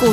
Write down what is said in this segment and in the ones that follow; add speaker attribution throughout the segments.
Speaker 1: 股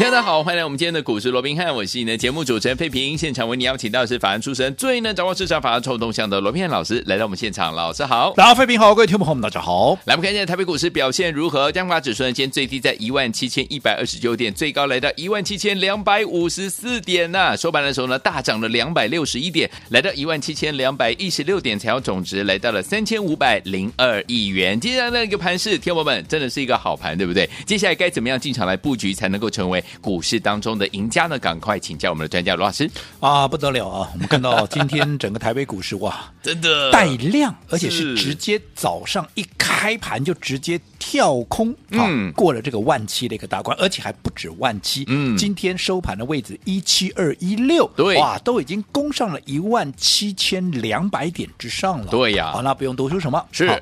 Speaker 2: 大家好，欢迎来我们今天的股市罗宾汉，我是你的节目主持人费平。现场为你邀请到的是法案出身、最能掌握市场法案臭动向的罗宾汉老师来到我们现场，老师好。
Speaker 3: 大家飞平好，各位听众朋友们，大家好。
Speaker 2: 来，我们看一下台北股市表现如何？加权指数呢，今天最低在17,129点，最高来到17,254点呐、收盘的时候呢，大涨了261点，来到17,216点，才要总值来到了3,502亿元。接下来那个盘势，天友们真的是一个好盘，对不对？接下来该怎么样进场来布局，才能够成为股市当中的赢家呢？赶快请教我们的专家罗老师。
Speaker 3: 啊，不得了啊！我们看到今天整个台北股 市哇，
Speaker 2: 真的
Speaker 3: 带量，而且是
Speaker 2: 是
Speaker 3: 直接早上一开盘就直接跳空，啊
Speaker 2: 嗯
Speaker 3: 过了这个万七的一个大关，而且还不止万七，
Speaker 2: 嗯
Speaker 3: 今天收盘的位置一七二一六，
Speaker 2: 对
Speaker 3: 哇，都已经攻上了一万七千两百点之上了，
Speaker 2: 对呀
Speaker 3: 好，那不用多说什么，
Speaker 2: 是
Speaker 3: 好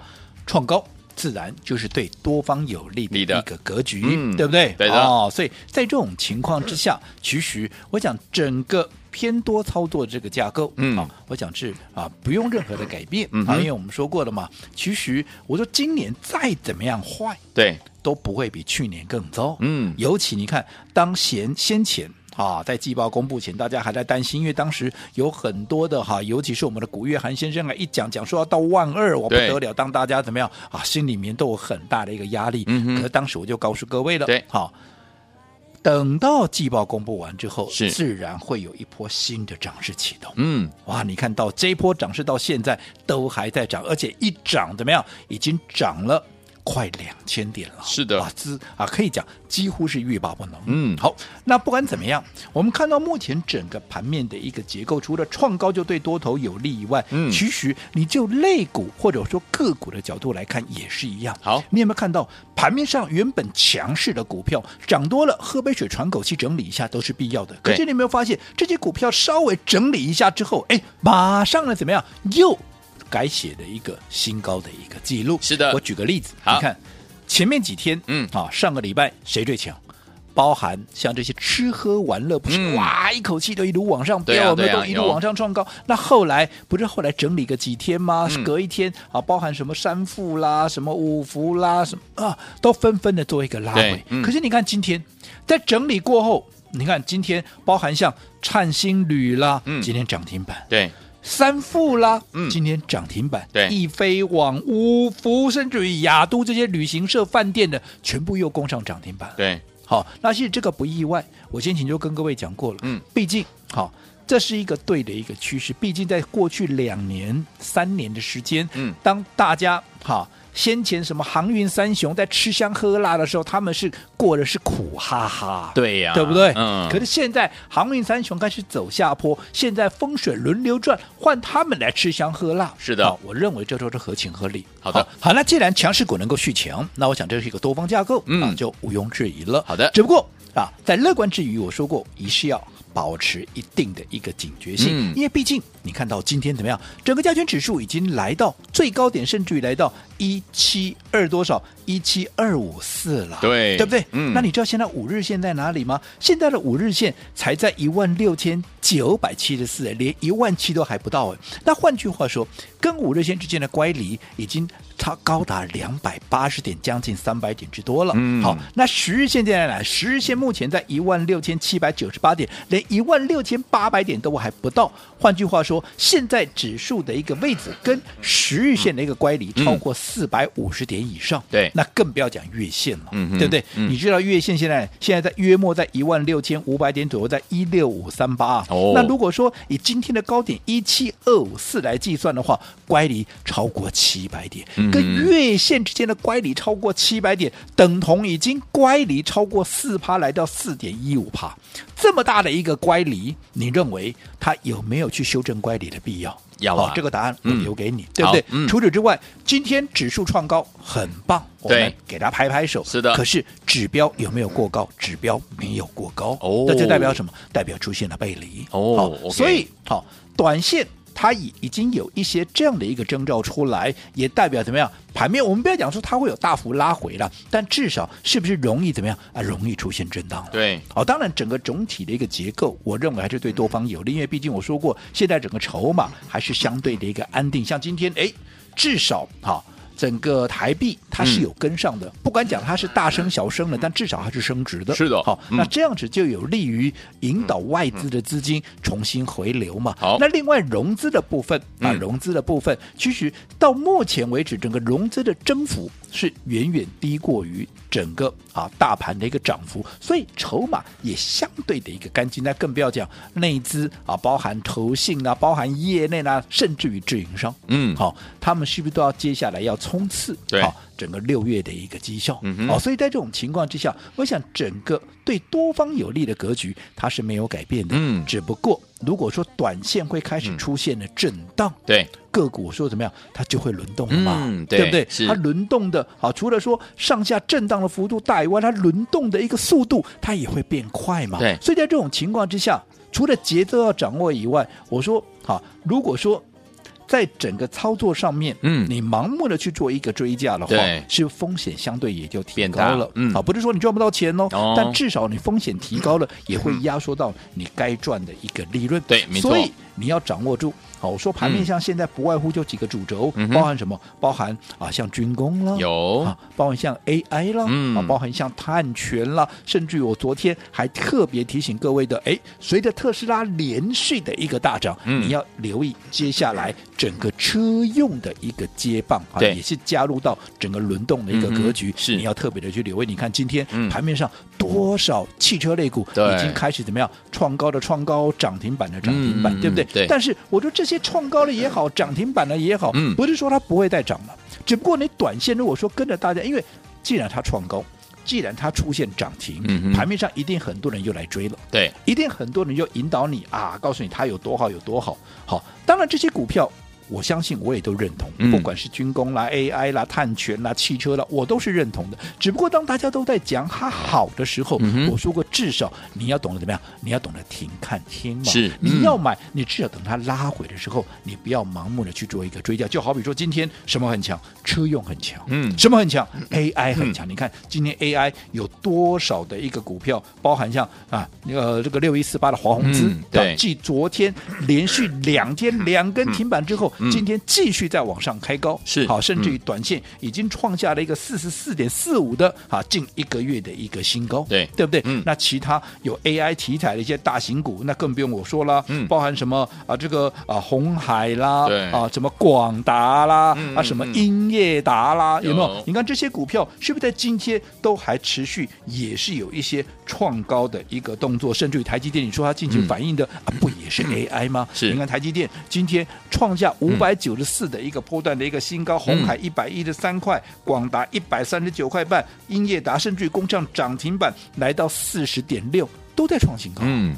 Speaker 3: 创高。自然就是对多方有利的
Speaker 2: 利
Speaker 3: 一
Speaker 2: 的
Speaker 3: 个格局，
Speaker 2: 嗯
Speaker 3: 对不对？
Speaker 2: 对的
Speaker 3: 哦，所以在这种情况之下，其实我讲整个偏多操作这个架构，
Speaker 2: 嗯
Speaker 3: 啊，我讲是啊，不用任何的改变、
Speaker 2: 嗯
Speaker 3: 啊，
Speaker 2: 哼
Speaker 3: 因为我们说过了嘛，其实我说今年再怎么样坏，
Speaker 2: 对，
Speaker 3: 都不会比去年更糟。
Speaker 2: 嗯
Speaker 3: 尤其你看，当前先前。啊，在季报公布前，大家还在担心，因为当时有很多的哈、尤其是我们的古月涵先生啊，一讲讲说要到万二，我不
Speaker 2: 对
Speaker 3: 得了，当大家怎么样啊，心里面都有很大的一个压力。
Speaker 2: 嗯哼
Speaker 3: 可是当时我就告诉各位了，
Speaker 2: 对
Speaker 3: 好、等到季报公布完之后，
Speaker 2: 是
Speaker 3: 自然会有一波新的涨势启动。
Speaker 2: 嗯，
Speaker 3: 哇，你看到这一波涨势到现在都还在涨，而且一涨怎么样？已经涨了。快两千点了，
Speaker 2: 是的
Speaker 3: 啊，资啊，可以讲几乎是欲罢不能。
Speaker 2: 嗯
Speaker 3: 好，那不管怎么样，我们看到目前整个盘面的一个结构，除了创高就对多头有利以外，
Speaker 2: 嗯
Speaker 3: 其实你就类股或者说个股的角度来看也是一样。
Speaker 2: 好
Speaker 3: 你有没有看到盘面上原本强势的股票涨多了，喝杯水喘口气，整理一下都是必要的。可
Speaker 2: 对
Speaker 3: 是你有没有发现，这些股票稍微整理一下之后，哎，马上呢怎么样又改写了一个新高的一个记录？
Speaker 2: 是的
Speaker 3: 我举个例子，
Speaker 2: 好
Speaker 3: 你看前面几天，
Speaker 2: 嗯
Speaker 3: 啊，上个礼拜谁最强？包含像这些吃喝玩乐，不是、
Speaker 2: 嗯
Speaker 3: 哇，一口气都一路往上
Speaker 2: 对啊
Speaker 3: 飙，我们、
Speaker 2: 对啊
Speaker 3: 都一
Speaker 2: 有
Speaker 3: 路往上创高。那后来不是后来整理个几天吗？
Speaker 2: 嗯
Speaker 3: 隔一天啊，包含什么三富啦、什么五福啦、什么啊，都纷纷的做一个拉
Speaker 2: 对
Speaker 3: 回。
Speaker 2: 嗯
Speaker 3: 可是你看今天在整理过后，你看今天包含像灿星铝啦，
Speaker 2: 嗯
Speaker 3: 今天涨停板。
Speaker 2: 对，
Speaker 3: 三富啦，
Speaker 2: 嗯
Speaker 3: 今天涨停板，
Speaker 2: 对
Speaker 3: 易飞网、五福，甚至于雅都这些旅行社、饭店的，全部又攻上涨停板了。
Speaker 2: 对，
Speaker 3: 好，那其实这个不意外，我先前就跟各位讲过了，
Speaker 2: 嗯，
Speaker 3: 毕竟好。这是一个对的一个趋势，毕竟在过去两年、三年的时间，
Speaker 2: 嗯
Speaker 3: 当大家哈先前什么航运三雄在吃香喝辣的时候，他们是过的是苦哈哈，
Speaker 2: 对呀
Speaker 3: 对不对？
Speaker 2: 嗯
Speaker 3: 可是现在航运三雄开始走下坡，现在风水轮流转，换他们来吃香喝辣。
Speaker 2: 是的
Speaker 3: 好我认为这都是合情合理。
Speaker 2: 好的
Speaker 3: 好，那既然强势股能够续强，那我想这是一个多方架构，
Speaker 2: 嗯
Speaker 3: 啊，就毋庸置疑了。
Speaker 2: 好的
Speaker 3: 只不过啊，在乐观之余，我说过，一是要保持一定的一个警觉性，
Speaker 2: 嗯
Speaker 3: 因为毕竟你看到今天怎么样，整个加权指数已经来到最高点，甚至于来到一七二多少一七二五四了，
Speaker 2: 对
Speaker 3: 对不对？
Speaker 2: 嗯
Speaker 3: 那你知道现在五日线在哪里吗？现在的五日线才在一万六千九百七十四，连一万七都还不到哎。那换句话说，跟五日线之间的乖离已经差高达两百八十点，将近三百点之多了。
Speaker 2: 嗯
Speaker 3: 好，那十日线在哪？十日线目前在一万六千七百九十八点，连一万六千八百点都还不到。换句话说，现在指数的一个位置跟十日线的一个乖离超过四百五十点以上。
Speaker 2: 嗯对
Speaker 3: 那更不要讲月线了，
Speaker 2: 嗯哼
Speaker 3: 对不对？
Speaker 2: 嗯
Speaker 3: 你知道月线现在现在在约莫在一万六千五百点左右，在一六五三八。啊
Speaker 2: 哦
Speaker 3: 那如果说以今天的高点一七二五四来计算的话，乖离超过七百点，
Speaker 2: 嗯哼
Speaker 3: 跟月线之间的乖离超过七百点，等同已经乖离超过四趴，来到四点一五趴，这么大的一个乖离，你认为它有没有去修正乖离的必要？
Speaker 2: 要啊
Speaker 3: 好这个答案我
Speaker 2: 嗯
Speaker 3: 留给你，对不对
Speaker 2: 好？嗯
Speaker 3: 除此之外，今天指数创高很棒，我
Speaker 2: 对
Speaker 3: 们给它拍拍手。
Speaker 2: 是的
Speaker 3: 可是指标有没有过高？指标没有过高，
Speaker 2: 哦
Speaker 3: 那就代表什么？代表出现了背离。
Speaker 2: 哦
Speaker 3: 好
Speaker 2: OK
Speaker 3: 所以好，短线它已已经有一些这样的一个征兆出来，也代表怎么样？盘面我们不要讲说它会有大幅拉回了，但至少是不是容易怎么样啊？容易出现震荡了。
Speaker 2: 对，
Speaker 3: 哦，当然整个总体的一个结构，我认为还是对多方有利，因为毕竟我说过，现在整个筹码还是相对的一个安定。像今天，哎，至少哈、整个台币它
Speaker 2: 嗯
Speaker 3: 是有跟上的，不管讲它是大升小升的，但至少它是升值的。
Speaker 2: 是的
Speaker 3: 好、
Speaker 2: 嗯
Speaker 3: 那这样子就有利于引导外资的资金重新回流嘛。
Speaker 2: 嗯好
Speaker 3: 那另外融资的部分啊，
Speaker 2: 嗯
Speaker 3: 融资的部分，其实到目前为止，整个融资的增幅是远远低过于整个啊大盘的一个涨幅，所以筹码也相对的一个干净。那更不要讲内资啊，包含投信啊，包含业内啊，甚至于自营商，
Speaker 2: 嗯
Speaker 3: 好、他们是不是都要接下来要冲刺？
Speaker 2: 对
Speaker 3: 好、整个六月的一个绩效，
Speaker 2: 嗯哼
Speaker 3: 哦，所以在这种情况之下，我想整个对多方有利的格局它是没有改变的，
Speaker 2: 嗯
Speaker 3: 只不过如果说短线会开始出现了震荡，
Speaker 2: 对，
Speaker 3: 个股说怎么样，它就会轮动了嘛，
Speaker 2: 嗯对
Speaker 3: 对不
Speaker 2: 是
Speaker 3: 对？它轮动的啊，除了说上下震荡的幅度大以外，它轮动的一个速度它也会变快嘛。
Speaker 2: 对
Speaker 3: 所以在这种情况之下，除了节奏要掌握以外，我说好，如果说在整个操作上面，
Speaker 2: 嗯
Speaker 3: 你盲目的去做一个追价的话
Speaker 2: 对，
Speaker 3: 是风险相对也就提
Speaker 2: 变
Speaker 3: 高
Speaker 2: 大
Speaker 3: 了。
Speaker 2: 嗯
Speaker 3: 啊，不是说你赚不到钱哦，
Speaker 2: 哦
Speaker 3: 但至少你风险提高了，也会压缩到你该赚的一个利润。
Speaker 2: 对没错
Speaker 3: 所以你要掌握住。好，我说盘面
Speaker 2: 嗯
Speaker 3: 上现在不外乎就几个主轴，
Speaker 2: 嗯哼
Speaker 3: 包含什么？包含啊，像军工啦，
Speaker 2: 有
Speaker 3: 啊，包含像 AI 啦，
Speaker 2: 哦嗯
Speaker 3: 啊，包含像碳权啦，甚至于我昨天还特别提醒各位的，哎，随着特斯拉连续的一个大涨，
Speaker 2: 嗯
Speaker 3: 你要留意接下来整个车用的一个接棒啊，
Speaker 2: 对
Speaker 3: 也是加入到整个轮动的一个格局
Speaker 2: 嗯，哼是
Speaker 3: 你要特别的去留意。你看今天
Speaker 2: 嗯
Speaker 3: 盘面上多少汽车类股
Speaker 2: 对
Speaker 3: 已经开始怎么样创高的创高，涨停板的涨停板，
Speaker 2: 嗯
Speaker 3: 对不对？
Speaker 2: 对
Speaker 3: 但是我说这些创高的也好，涨停板的也好，
Speaker 2: 嗯
Speaker 3: 不是说它不会再涨了，只不过你短线如果说跟着大家，因为既然它创高，既然它出现涨停，
Speaker 2: 嗯哼
Speaker 3: 盘面上一定很多人又来追了。
Speaker 2: 对，
Speaker 3: 一定很多人就引导你啊，告诉你它有多好有多好。好，当然这些股票。我相信我也都认同，
Speaker 2: 嗯
Speaker 3: 不管是军工啦、AI 啦、碳权啦、汽车啦，我都是认同的。只不过当大家都在讲它好的时候，
Speaker 2: 嗯哼
Speaker 3: 我说过，至少你要懂得怎么样，你要懂得停看天嘛。
Speaker 2: 是嗯
Speaker 3: 你要买，你至少等它拉回的时候，你不要盲目的去做一个追加。就好比说今天什么很强，车用很强，
Speaker 2: 嗯
Speaker 3: 什么很强？AI 很强。你看今天 AI 有多少的一个股票，包含像啊那个这个六一四八的华宏资
Speaker 2: 嗯，对
Speaker 3: 继昨天连续两天两根停板之后，今天继续在往上开高，
Speaker 2: 嗯是嗯
Speaker 3: 好，甚至于短线已经创下了一个四十四点四五的啊近一个月的一个新高，
Speaker 2: 对
Speaker 3: 对不对？
Speaker 2: 嗯
Speaker 3: 那其他有 AI 题材的一些大型股，那更不用我说了，
Speaker 2: 嗯
Speaker 3: 包含什么啊这个啊红海啦
Speaker 2: 对，
Speaker 3: 啊什么广达啦，
Speaker 2: 嗯
Speaker 3: 啊
Speaker 2: 嗯
Speaker 3: 什么
Speaker 2: 嗯
Speaker 3: 英业达啦，有没
Speaker 2: 有
Speaker 3: 有？你看这些股票是不是在今天都还持续，也是有一些创高的一个动作，甚至于台积电，你说它进行反应的、啊，不也是 AI 吗？
Speaker 2: 嗯是嗯
Speaker 3: 你看台积电今天创下五百九十四的一个波段的一个新高，红海一百一十三块，广达一百三十九块半，英业达甚至于攻上涨停板，来到四十点六，都在创新高。
Speaker 2: 嗯，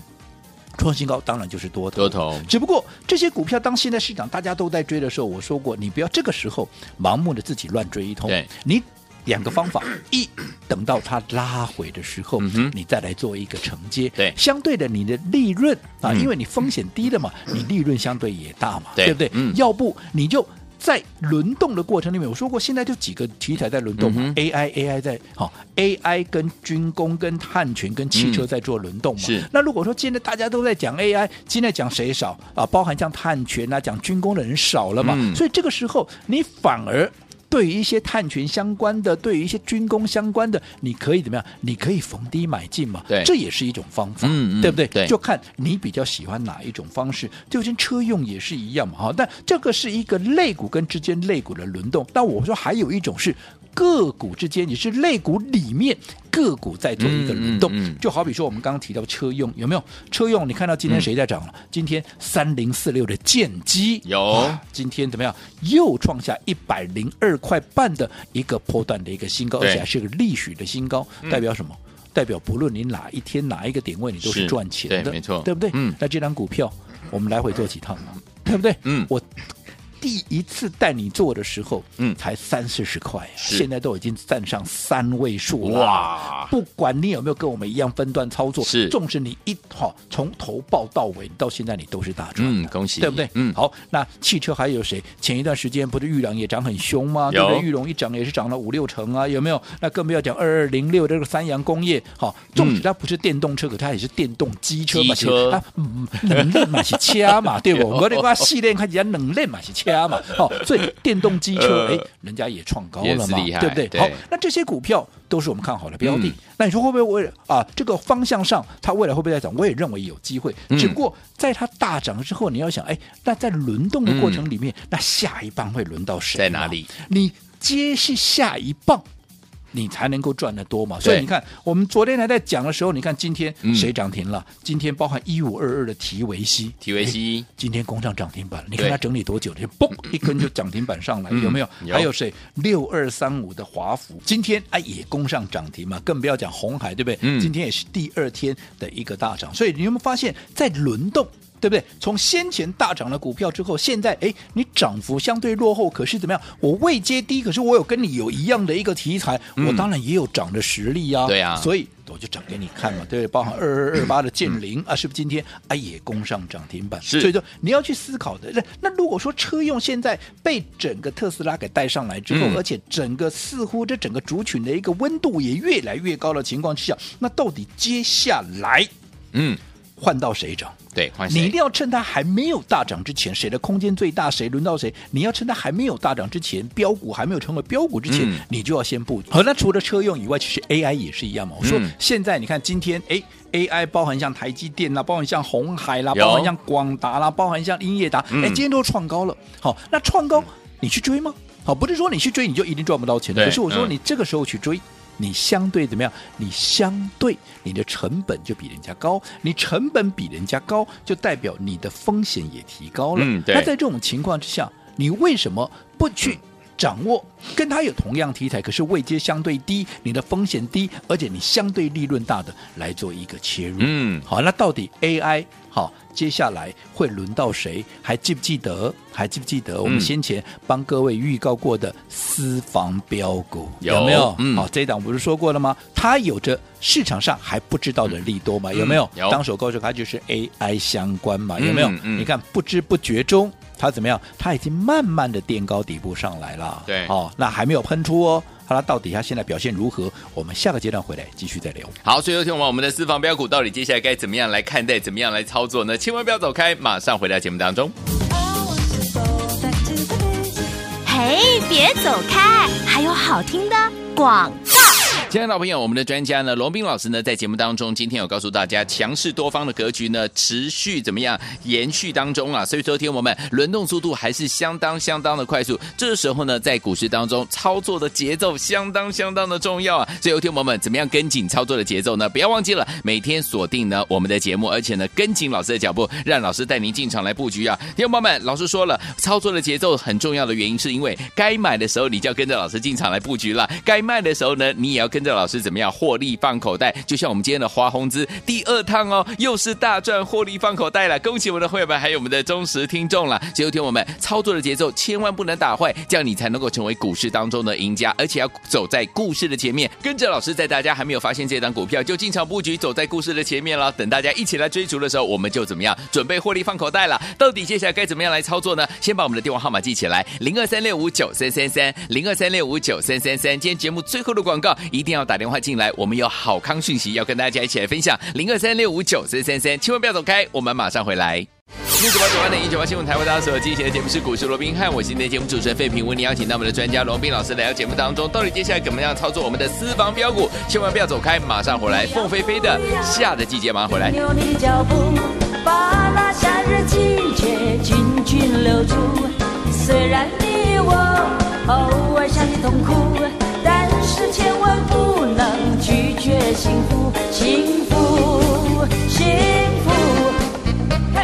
Speaker 3: 创新高当然就是多头，
Speaker 2: 多头
Speaker 3: 只不过这些股票，当现在市场大家都在追的时候，我说过，你不要这个时候盲目的自己乱追一通
Speaker 2: 对。
Speaker 3: 你两个方 法，一等到它拉回的时候，
Speaker 2: 嗯哼
Speaker 3: 你再来做一个承接。
Speaker 2: 对
Speaker 3: 相对的你的利润啊，
Speaker 2: 嗯
Speaker 3: 因为你风险低了嘛，你利润相对也大嘛，
Speaker 2: 对
Speaker 3: 不对？
Speaker 2: 嗯
Speaker 3: 要不你就。在轮动的过程里面，我说过，现在就几个题材在轮动
Speaker 2: 嗯
Speaker 3: 嘛、
Speaker 2: 哼
Speaker 3: a i AI 在好、AI 跟军工、跟碳权、跟汽车
Speaker 2: 嗯
Speaker 3: 在做轮动嘛。
Speaker 2: 是
Speaker 3: 那如果说现在大家都在讲 AI，现在讲谁少啊？包含像碳权啊、讲军工的人少了嘛，
Speaker 2: 嗯
Speaker 3: 所以这个时候你反而。对于一些碳权相关的，对于一些军工相关的，你可以怎么样？你可以逢低买进嘛，
Speaker 2: 对
Speaker 3: 这也是一种方法，
Speaker 2: 嗯嗯
Speaker 3: 对不对？
Speaker 2: 对
Speaker 3: 就看你比较喜欢哪一种方式。就跟车用也是一样嘛，哈。但这个是一个类股跟之间类股的轮动。但我说还有一种是个股之间，也是类股里面个股在做一个轮动。
Speaker 2: 嗯嗯嗯
Speaker 3: 就好比说我们刚刚提到车用有没有车用？你看到今天谁在涨了？今天三零四六的剑机
Speaker 2: 有
Speaker 3: 哇今天怎么样？又创下一百零二块半的一个波段的一个新高，
Speaker 2: 对嗯
Speaker 3: 而且还是个历史的新高，代表什么？代表不论你哪一天哪一个点位，你都
Speaker 2: 是
Speaker 3: 是赚钱的，
Speaker 2: 对没错
Speaker 3: 对不对？
Speaker 2: 嗯
Speaker 3: 那这张股票我们来回做几趟嘛，对不对？
Speaker 2: 嗯
Speaker 3: 我第一次带你做的时候，
Speaker 2: 嗯
Speaker 3: 才三四十块呀，
Speaker 2: 是
Speaker 3: 现在都已经站上三位数了。
Speaker 2: 哇
Speaker 3: 不管你有没有跟我们一样分段操作，
Speaker 2: 是
Speaker 3: 纵使你一哈从头报到尾，到现在你都是大赚的
Speaker 2: 嗯，恭喜，
Speaker 3: 对不对？
Speaker 2: 嗯，
Speaker 3: 好，那汽车还有谁？前一段时间不是裕朗也涨很凶吗？
Speaker 2: 有
Speaker 3: 对不对？裕隆一涨也是涨了五六成啊，有没有？那更不要讲二二零六这个三洋工业，好，纵使它不是电动车，可它也是电动机车嘛，
Speaker 2: 机车
Speaker 3: 它嗯，冷链嘛是车嘛，对不？我这个系列看起来冷链嘛是车嘛，哦，所以电动机车
Speaker 2: 呃
Speaker 3: 哎，人家也创高
Speaker 2: 也
Speaker 3: 了
Speaker 2: 是
Speaker 3: 嘛，
Speaker 2: 厉害
Speaker 3: 对不对？
Speaker 2: 对
Speaker 3: 好，那这些股票都是我们看好的标的
Speaker 2: 嗯。
Speaker 3: 那你说会不会为啊这个方向上它未来会不会再涨？我也认为有机会，
Speaker 2: 嗯
Speaker 3: 只不过在它大涨之后，你要想，哎，那在轮动的过程里面，那下一棒会轮到
Speaker 2: 嗯
Speaker 3: 谁？
Speaker 2: 在哪里？
Speaker 3: 你接是下一棒。你才能够赚得多嘛，
Speaker 2: 对
Speaker 3: 所以你看，我们昨天还在讲的时候，你看今天
Speaker 2: 嗯
Speaker 3: 谁涨停了？今天包含一五二二的提维西，哎
Speaker 2: 提维西
Speaker 3: 今天工上涨停板，你看
Speaker 2: 对
Speaker 3: 它整理多久，就嘣一根就涨停板上来，
Speaker 2: 嗯
Speaker 3: 有没有？
Speaker 2: 有
Speaker 3: 还有谁？六二三五的华孚，今天哎也攻上涨停嘛，更不要讲红海，对不对？
Speaker 2: 嗯
Speaker 3: 今天也是第二天的一个大涨，所以你有没有发现，在轮动？对不对？从先前大涨的股票之后，现在哎，你涨幅相对落后，可是怎么样？我未接低，可是我有跟你有一样的一个题材，我当然也有涨的实力呀、
Speaker 2: 嗯对啊
Speaker 3: 所以我就涨给你看嘛，对不对？包含二二二八的建林、啊，是不是今天啊也攻上涨停板？
Speaker 2: 嗯是
Speaker 3: 所以说你要去思考的。那那如果说车用现在被整个特斯拉给带上来之后，
Speaker 2: 嗯
Speaker 3: 而且整个似乎这整个族群的一个温度也越来越高的情况之下，那到底接下来
Speaker 2: 嗯，
Speaker 3: 换到谁涨？
Speaker 2: 对，换
Speaker 3: 你一
Speaker 2: 谁？
Speaker 3: 定要趁它还没有大涨之前，谁的空间最大，谁轮到谁。你要趁它还没有大涨之前，标股还没有成为标股之前，
Speaker 2: 嗯
Speaker 3: 你就要先布局。好，那除了车用以外，其实 AI 也是一样嘛。我说
Speaker 2: 嗯
Speaker 3: 现在你看今天，哎。AI 包含像台积电啦，包含像红海啦，
Speaker 2: 有
Speaker 3: 包含像广达啦，包含像英业达，哎、
Speaker 2: 嗯
Speaker 3: 今天都创高了。好，那创高你去追吗？好，不是说你去追你就一定赚不到钱的。
Speaker 2: 对
Speaker 3: 可是我说
Speaker 2: 嗯
Speaker 3: 你这个时候去追，你相对怎么样？你相对你的成本就比人家高，你成本比人家高，就代表你的风险也提高了。
Speaker 2: 嗯对
Speaker 3: 那在这种情况之下，你为什么不去？掌握跟它有同样题材，可是位阶相对低，你的风险低，而且你相对利润大的来做一个切入。
Speaker 2: 嗯，
Speaker 3: 好，那到底 AI 好，接下来会轮到谁？还记不记得？还记不记
Speaker 2: 嗯
Speaker 3: 得我们先前帮各位预告过的私房标股、
Speaker 2: 有
Speaker 3: 没有？
Speaker 2: 嗯
Speaker 3: 好，这一档不是说过了吗？它有着市场上还不知道的利多嘛？有没有？
Speaker 2: 嗯有
Speaker 3: 当手高手它就是 AI 相关嘛？有没有？
Speaker 2: 嗯嗯
Speaker 3: 你看不知不觉中。它怎么样？它已经慢慢的垫高底部上来了，
Speaker 2: 对
Speaker 3: 哦，那还没有喷出哦。好了，到底它现在表现如何？我们下个阶段回来继续再聊。
Speaker 2: 好，所以有听完我们的私房标股，到底接下来该怎么样来看待，怎么样来操作呢？千万不要走开，马上回到节目当中。
Speaker 1: 嘿，别走开，还有好听的广。
Speaker 2: 亲爱的老朋友，我们的专家呢，罗斌老师呢，在节目当中，今天有告诉大家，强势多方的格局呢，持续怎么样延续当中啊，所以说，听我们轮动速度还是相当相当的快速。这时候呢，在股市当中，啊操作的节奏相当相当的重要啊。所以，有听我们怎么样跟紧操作的节奏呢？不要忘记了每天锁定呢我们的节目，而且呢跟紧老师的脚步，让老师带您进场来布局啊。听众朋友们，老师说了，操作的节奏很重要的原因，是因为该买的时候你就要跟着老师进场来布局了，该卖的时候呢，你也要跟着老师怎么样获利放口袋。就像我们今天的花红资第二趟哦，又是大赚获利放口袋了，恭喜我们的会员们，还有我们的忠实听众了。所以，听我们操作的节奏千万不能打坏，这样你才能够成为股市当中的赢家，而且要走在故事的前面，跟着老师在大家还没有发现这档股票就进场布局，走在故事的前面了。等大家一起来追逐的时候，我们就怎么样准备获利放口袋了？到底接下来该怎么样来操作呢？先把我们的电话号码记起来，零二三六五九三三三，零二三六五九三三三。今天节目最后的广告一定要打电话进来，我们有好康讯息要跟大家一起来分享，零二三六五九三三三，千万不要走开，我们马上回来。六九八九八点一九八新闻台为大家所进行的节目是股市罗宾汉，我是今天的节目主持人费平，为您邀请到我们的专家罗宾老师来到节目当中，到底接下来怎么样操作我们的私房标股？千万不要走开，马上回来，凤飞飞的下的季节马上回来。
Speaker 4: 扭你脚步，把那夏日季节紧紧留住。虽然你我偶尔相见痛苦，但是千万不能拒绝幸福，幸福，幸福。嘿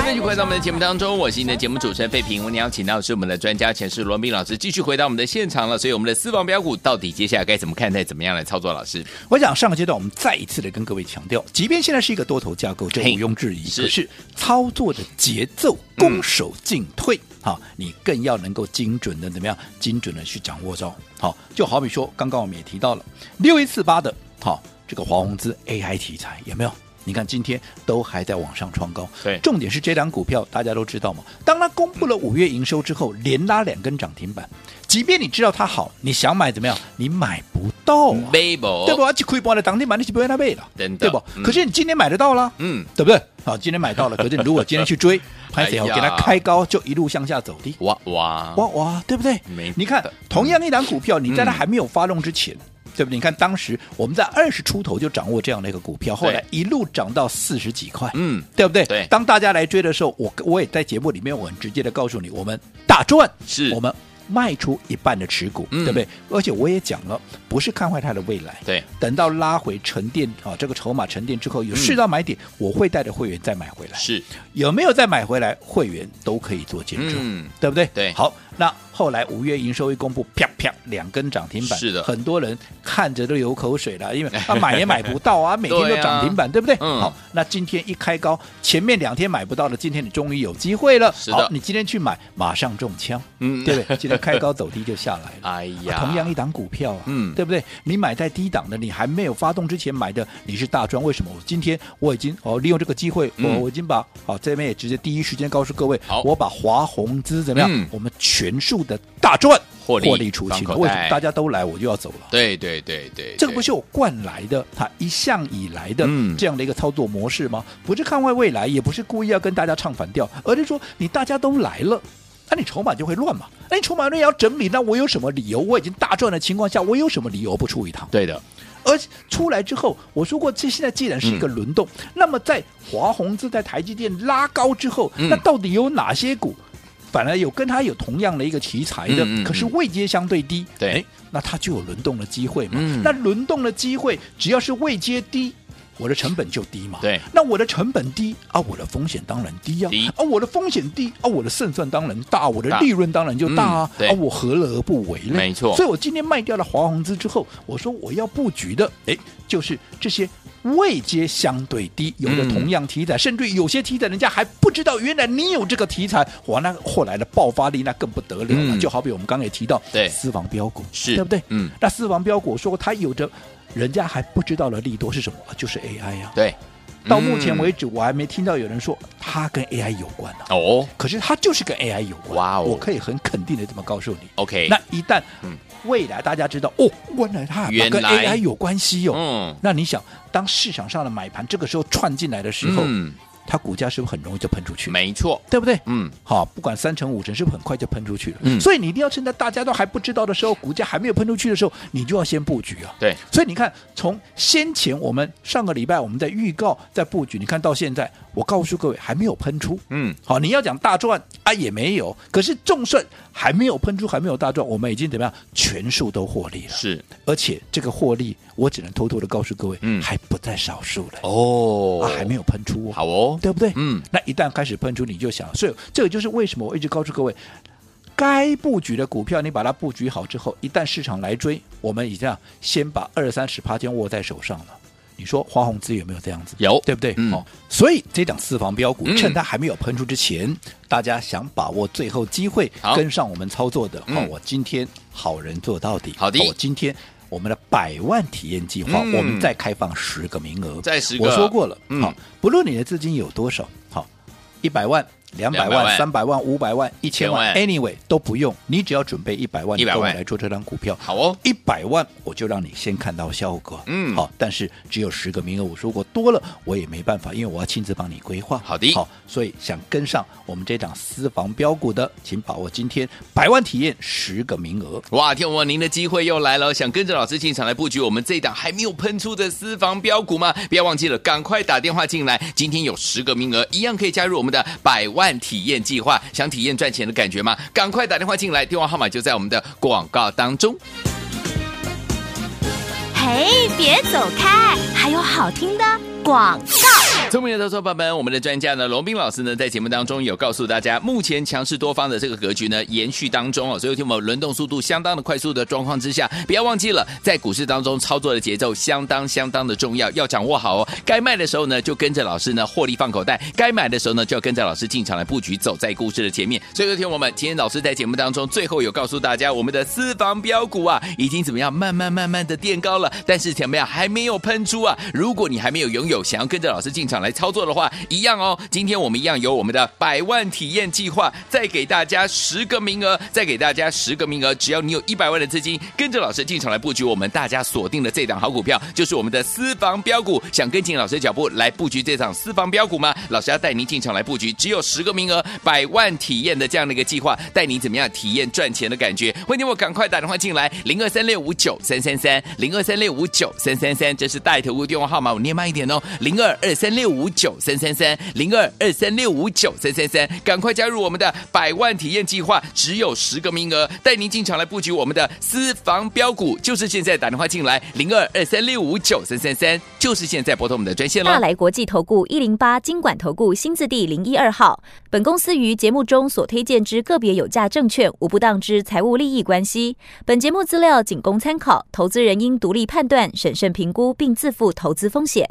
Speaker 2: 欢迎继续回到我们的节目当中，我是你的节目主持人费平。我们邀请到的是我们的专家钱世罗斌老师，继续回到我们的现场了。所以我们的私房标股到底接下来该怎么看待，怎么样来操作？老师，
Speaker 3: 我想上个阶段我们再一次的跟各位强调，即便现在是一个多头架构，这
Speaker 2: 嘿
Speaker 3: 毋庸置疑，
Speaker 2: 是
Speaker 3: 可是操作的节奏攻守进退。好，你更要能够精准的怎么样？精准的去掌握到。好，就好比说，刚刚我们也提到了六一四八的，好，这个华宏资 AI 题材有没有？你看今天都还在往上创高。
Speaker 2: 对
Speaker 3: 重点是这档股票大家都知道嘛，当它公布了五月营收之后，连拉两根涨停板，即便你知道它好，你想买怎么样？你买不到啊。
Speaker 2: 微博
Speaker 3: 对不？？而且亏本的当天买你是不会那倍的，
Speaker 2: 哦真的
Speaker 3: 对不？
Speaker 2: 嗯
Speaker 3: 可是你今天买得到了，
Speaker 2: 嗯，
Speaker 3: 对不对？好，今天买到了，可是你如果今天去追，潘
Speaker 2: 哎
Speaker 3: 姐
Speaker 2: 呀
Speaker 3: 我给它开高就一路向下走的，
Speaker 2: 哇哇
Speaker 3: 哇哇，对不对
Speaker 2: 没？
Speaker 3: 你看
Speaker 2: 的，
Speaker 3: 同样一档股票，你在它
Speaker 2: 嗯
Speaker 3: 还没有发动之前。对不对？你看当时我们在二十出头就掌握这样的一个股票，后来一路涨到四十几块，
Speaker 2: 嗯，
Speaker 3: 对不对？
Speaker 2: 对
Speaker 3: 当大家来追的时候，我我也在节目里面我很直接的告诉你，我们大赚，
Speaker 2: 是
Speaker 3: 我们卖出一半的持股，
Speaker 2: 嗯
Speaker 3: 对不对？而且我也讲了，不是看坏它的未来，
Speaker 2: 对，
Speaker 3: 等到拉回沉淀啊，这个筹码沉淀之后有适当买点，我会带着会员再买回来。
Speaker 2: 嗯是，
Speaker 3: 有没有再买回来，会员都可以做见证，
Speaker 2: 嗯
Speaker 3: 对不对？
Speaker 2: 对
Speaker 3: 好，那后来五月营收一公布，啪啪两根涨停板，
Speaker 2: 是的
Speaker 3: 很多人看着都流口水了，因 为啊买也买不到啊，每天都涨停板，对不对？
Speaker 2: 嗯
Speaker 3: 好，那今天一开高，前面两天买不到的，今天你终于有机会了。
Speaker 2: 是的
Speaker 3: 好，你今天去买，马上中枪，
Speaker 2: 嗯
Speaker 3: 对不对？今天开高走低就下来了。
Speaker 2: 哎呀，
Speaker 3: 同样一档股票啊，
Speaker 2: 嗯
Speaker 3: 对不对？你买在低档的，你还没有发动之前买的，你是大赚。为什么？我今天我已经哦，利用这个机会，
Speaker 2: 嗯
Speaker 3: 我我已经把好、这边也直接第一时间告诉各位
Speaker 2: 好，
Speaker 3: 我把华宏资怎么样？
Speaker 2: 嗯
Speaker 3: 我们全数的大赚，
Speaker 2: 获利
Speaker 3: 出
Speaker 2: 放
Speaker 3: 清了。
Speaker 2: 口
Speaker 3: 为什
Speaker 2: 袋
Speaker 3: 么大家都来，我就要走了？
Speaker 2: 对对对对，
Speaker 3: 这个不
Speaker 2: 对
Speaker 3: 是我惯来的，他一向以来的
Speaker 2: 嗯
Speaker 3: 这样的一个操作模式吗？不是看外未来，也不是故意要跟大家唱反调，而是说你大家都来了。那、你筹码就会乱嘛？那你筹码乱要整理，那我有什么理由？我已经大赚的情况下，我有什么理由不出一趟？
Speaker 2: 对的，
Speaker 3: 而出来之后，我说过，这现在既然是一个
Speaker 2: 嗯
Speaker 3: 轮动，那么在华宏资在台积电拉高之后，
Speaker 2: 嗯
Speaker 3: 那到底有哪些股反而有跟它有同样的一个题材的，
Speaker 2: 嗯嗯嗯
Speaker 3: 可是位阶相对低，
Speaker 2: 对
Speaker 3: 诶，那它就有轮动的机会嘛？
Speaker 2: 嗯
Speaker 3: 那轮动的机会，只要是位阶低。我的成本就低嘛，
Speaker 2: 对
Speaker 3: 那我的成本低啊，我的风险当然低啊，
Speaker 2: 低
Speaker 3: 啊，我的风险低啊，我的胜算当然大，我的
Speaker 2: 大
Speaker 3: 利润当然就大啊，
Speaker 2: 嗯对
Speaker 3: 啊，我何乐而不为呢？
Speaker 2: 没错
Speaker 3: 所以我今天卖掉了华宏资之后，我说我要布局的，哎，就是这些位阶相对低，有的
Speaker 2: 嗯
Speaker 3: 同样题材，甚至于有些题材人家还不知道，原来你有这个题材，哇，那后来的爆发力那更不得了了。
Speaker 2: 嗯
Speaker 3: 就好比我们刚刚也提到，
Speaker 2: 对
Speaker 3: 私房标股，
Speaker 2: 是
Speaker 3: 对不对？
Speaker 2: 嗯，
Speaker 3: 那私房标股我说过，它有着人家还不知道的利多是什么，就是 AI 呀、
Speaker 2: 对，
Speaker 3: 到目前为
Speaker 2: 止，
Speaker 3: 止，我还没听到有人说它跟 AI 有关呢、
Speaker 2: 哦
Speaker 3: 可是它就是跟 AI 有关，
Speaker 2: 哇哦
Speaker 3: 我可以很肯定的这么告诉你。
Speaker 2: ，OK，
Speaker 3: 那一旦
Speaker 2: 嗯
Speaker 3: 未来大家知道哦，原来它
Speaker 2: 原
Speaker 3: 跟
Speaker 2: 来
Speaker 3: AI 有关系哦。
Speaker 2: 嗯，
Speaker 3: 那你想，当市场上的买盘这个时候窜进来的时候，
Speaker 2: 嗯，
Speaker 3: 它股价是不是很容易就喷出去？
Speaker 2: 没错，
Speaker 3: 对不对？
Speaker 2: 嗯，
Speaker 3: 好，不管三成五成，是不是很快就喷出去了？
Speaker 2: 嗯
Speaker 3: 所以你一定要趁在大家都还不知道的时候，股价还没有喷出去的时候，你就要先布局啊。
Speaker 2: 对，
Speaker 3: 所以你看，从先前我们上个礼拜我们在预告在布局，你看到现在，我告诉各位还没有喷出，
Speaker 2: 嗯，
Speaker 3: 好，你要讲大赚啊也没有，可是众顺还没有喷出，还没有大赚，我们已经怎么样，全数都获利了，
Speaker 2: 是
Speaker 3: 而且这个获利，我只能偷偷的告诉各位，
Speaker 2: 嗯
Speaker 3: 还不在少数了，
Speaker 2: 哦
Speaker 3: 啊，还没有喷出、哦，
Speaker 2: 好哦，
Speaker 3: 对不对？
Speaker 2: 嗯，
Speaker 3: 那一旦开始喷出，你就想，所以这个就是为什么我一直告诉各位，该布局的股票，你把它布局好之后，一旦市场来追，我们已经啊先把二三十趴先握在手上了。你说华宏资有没有这样子？
Speaker 2: 有
Speaker 3: 对不对？
Speaker 2: 嗯
Speaker 3: 哦，所以这档四房标股
Speaker 2: 嗯，
Speaker 3: 趁它还没有喷出之前，大家想把握最后机会
Speaker 2: 好，
Speaker 3: 跟上我们操作的，
Speaker 2: 嗯
Speaker 3: 哦，我今天好人做到底，哦
Speaker 2: 好的
Speaker 3: 我今天。我们的百万体验计划，
Speaker 2: 嗯
Speaker 3: 我们再开放十个名额，
Speaker 2: 再10个
Speaker 3: 我说过了，
Speaker 2: 嗯
Speaker 3: 好，不论你的资金有多少，好，一百万、两百
Speaker 2: 200万
Speaker 3: 万、三百万、五百万、一千万
Speaker 2: 1000
Speaker 3: ，anyway 都不用，你只要准备一百万，
Speaker 2: 100万
Speaker 3: 跟我来做这张股票，
Speaker 2: 好哦，
Speaker 3: 一百万我就让你先看到效果，
Speaker 2: 嗯
Speaker 3: 好，但是只有十个名额，我说过多了我也没办法，因为我要亲自帮你规划，
Speaker 2: 好的
Speaker 3: 好，所以想跟上我们这档私房标股的，请把握今天百万体验十个名额，
Speaker 2: 哇，天王，您的机会又来了！想跟着老师进场来布局我们这一档还没有喷出的私房标股吗？不要忘记了，赶快打电话进来！今天有十个名额，一样可以加入我们的百万体验计划。想体验赚钱的感觉吗？赶快打电话进来，电话号码就在我们的广告当中。
Speaker 1: 嘿，别走开，还有好听的广告。
Speaker 2: 聪明的投资者朋友们，我们的专家呢，龙斌老师呢，在节目当中有告诉大家，目前强势多方的这个格局呢，延续当中哦，所以听我们轮动速度相当的快速的状况之下，不要忘记了，在股市当中操作的节奏相当相当的重要，要掌握好哦。该卖的时候呢，就跟着老师呢获利放口袋；该买的时候呢，就要跟着老师进场来布局，走在股市的前面。所以，听我们今天老师在节目当中最后有告诉大家，我们的私房标股啊，已经怎么样，慢慢慢慢的垫高了，但是怎么样，还没有喷出啊。如果你还没有拥有，想要跟着老师进场来操作的话，一样哦。今天我们一样有我们的百万体验计划，再给大家十个名额，再给大家十个名额。只要你有一百万的资金，跟着老师进场来布局，我们大家锁定的这档好股票，就是我们的私房标股。想跟紧老师的脚步来布局这档私房标股吗？老师要带您进场来布局，只有十个名额，百万体验的这样的一个计划，带你怎么样体验赚钱的感觉。欢迎我赶快打电话进来，零二三六五九三三三，零二三六五九三三三，这是带头屋电话号码，我念慢一点哦，零二二三六五九三三三，零二二三六五九三三三，赶快加入我们的百万体验计划，只有十个名额，带您进场来布局我们的私房标股，就是现在打电话进来，零二二三六五九三三三，就是现在拨通我们的专线喽
Speaker 5: 大。来国际投顾一零八金管投顾新字第零一二号。本公司于节目中所推荐之个别有价证券，无不当之财务利益关系。本节目资料仅供参考，投资人应独立判断、审慎评估，并自负投资风险。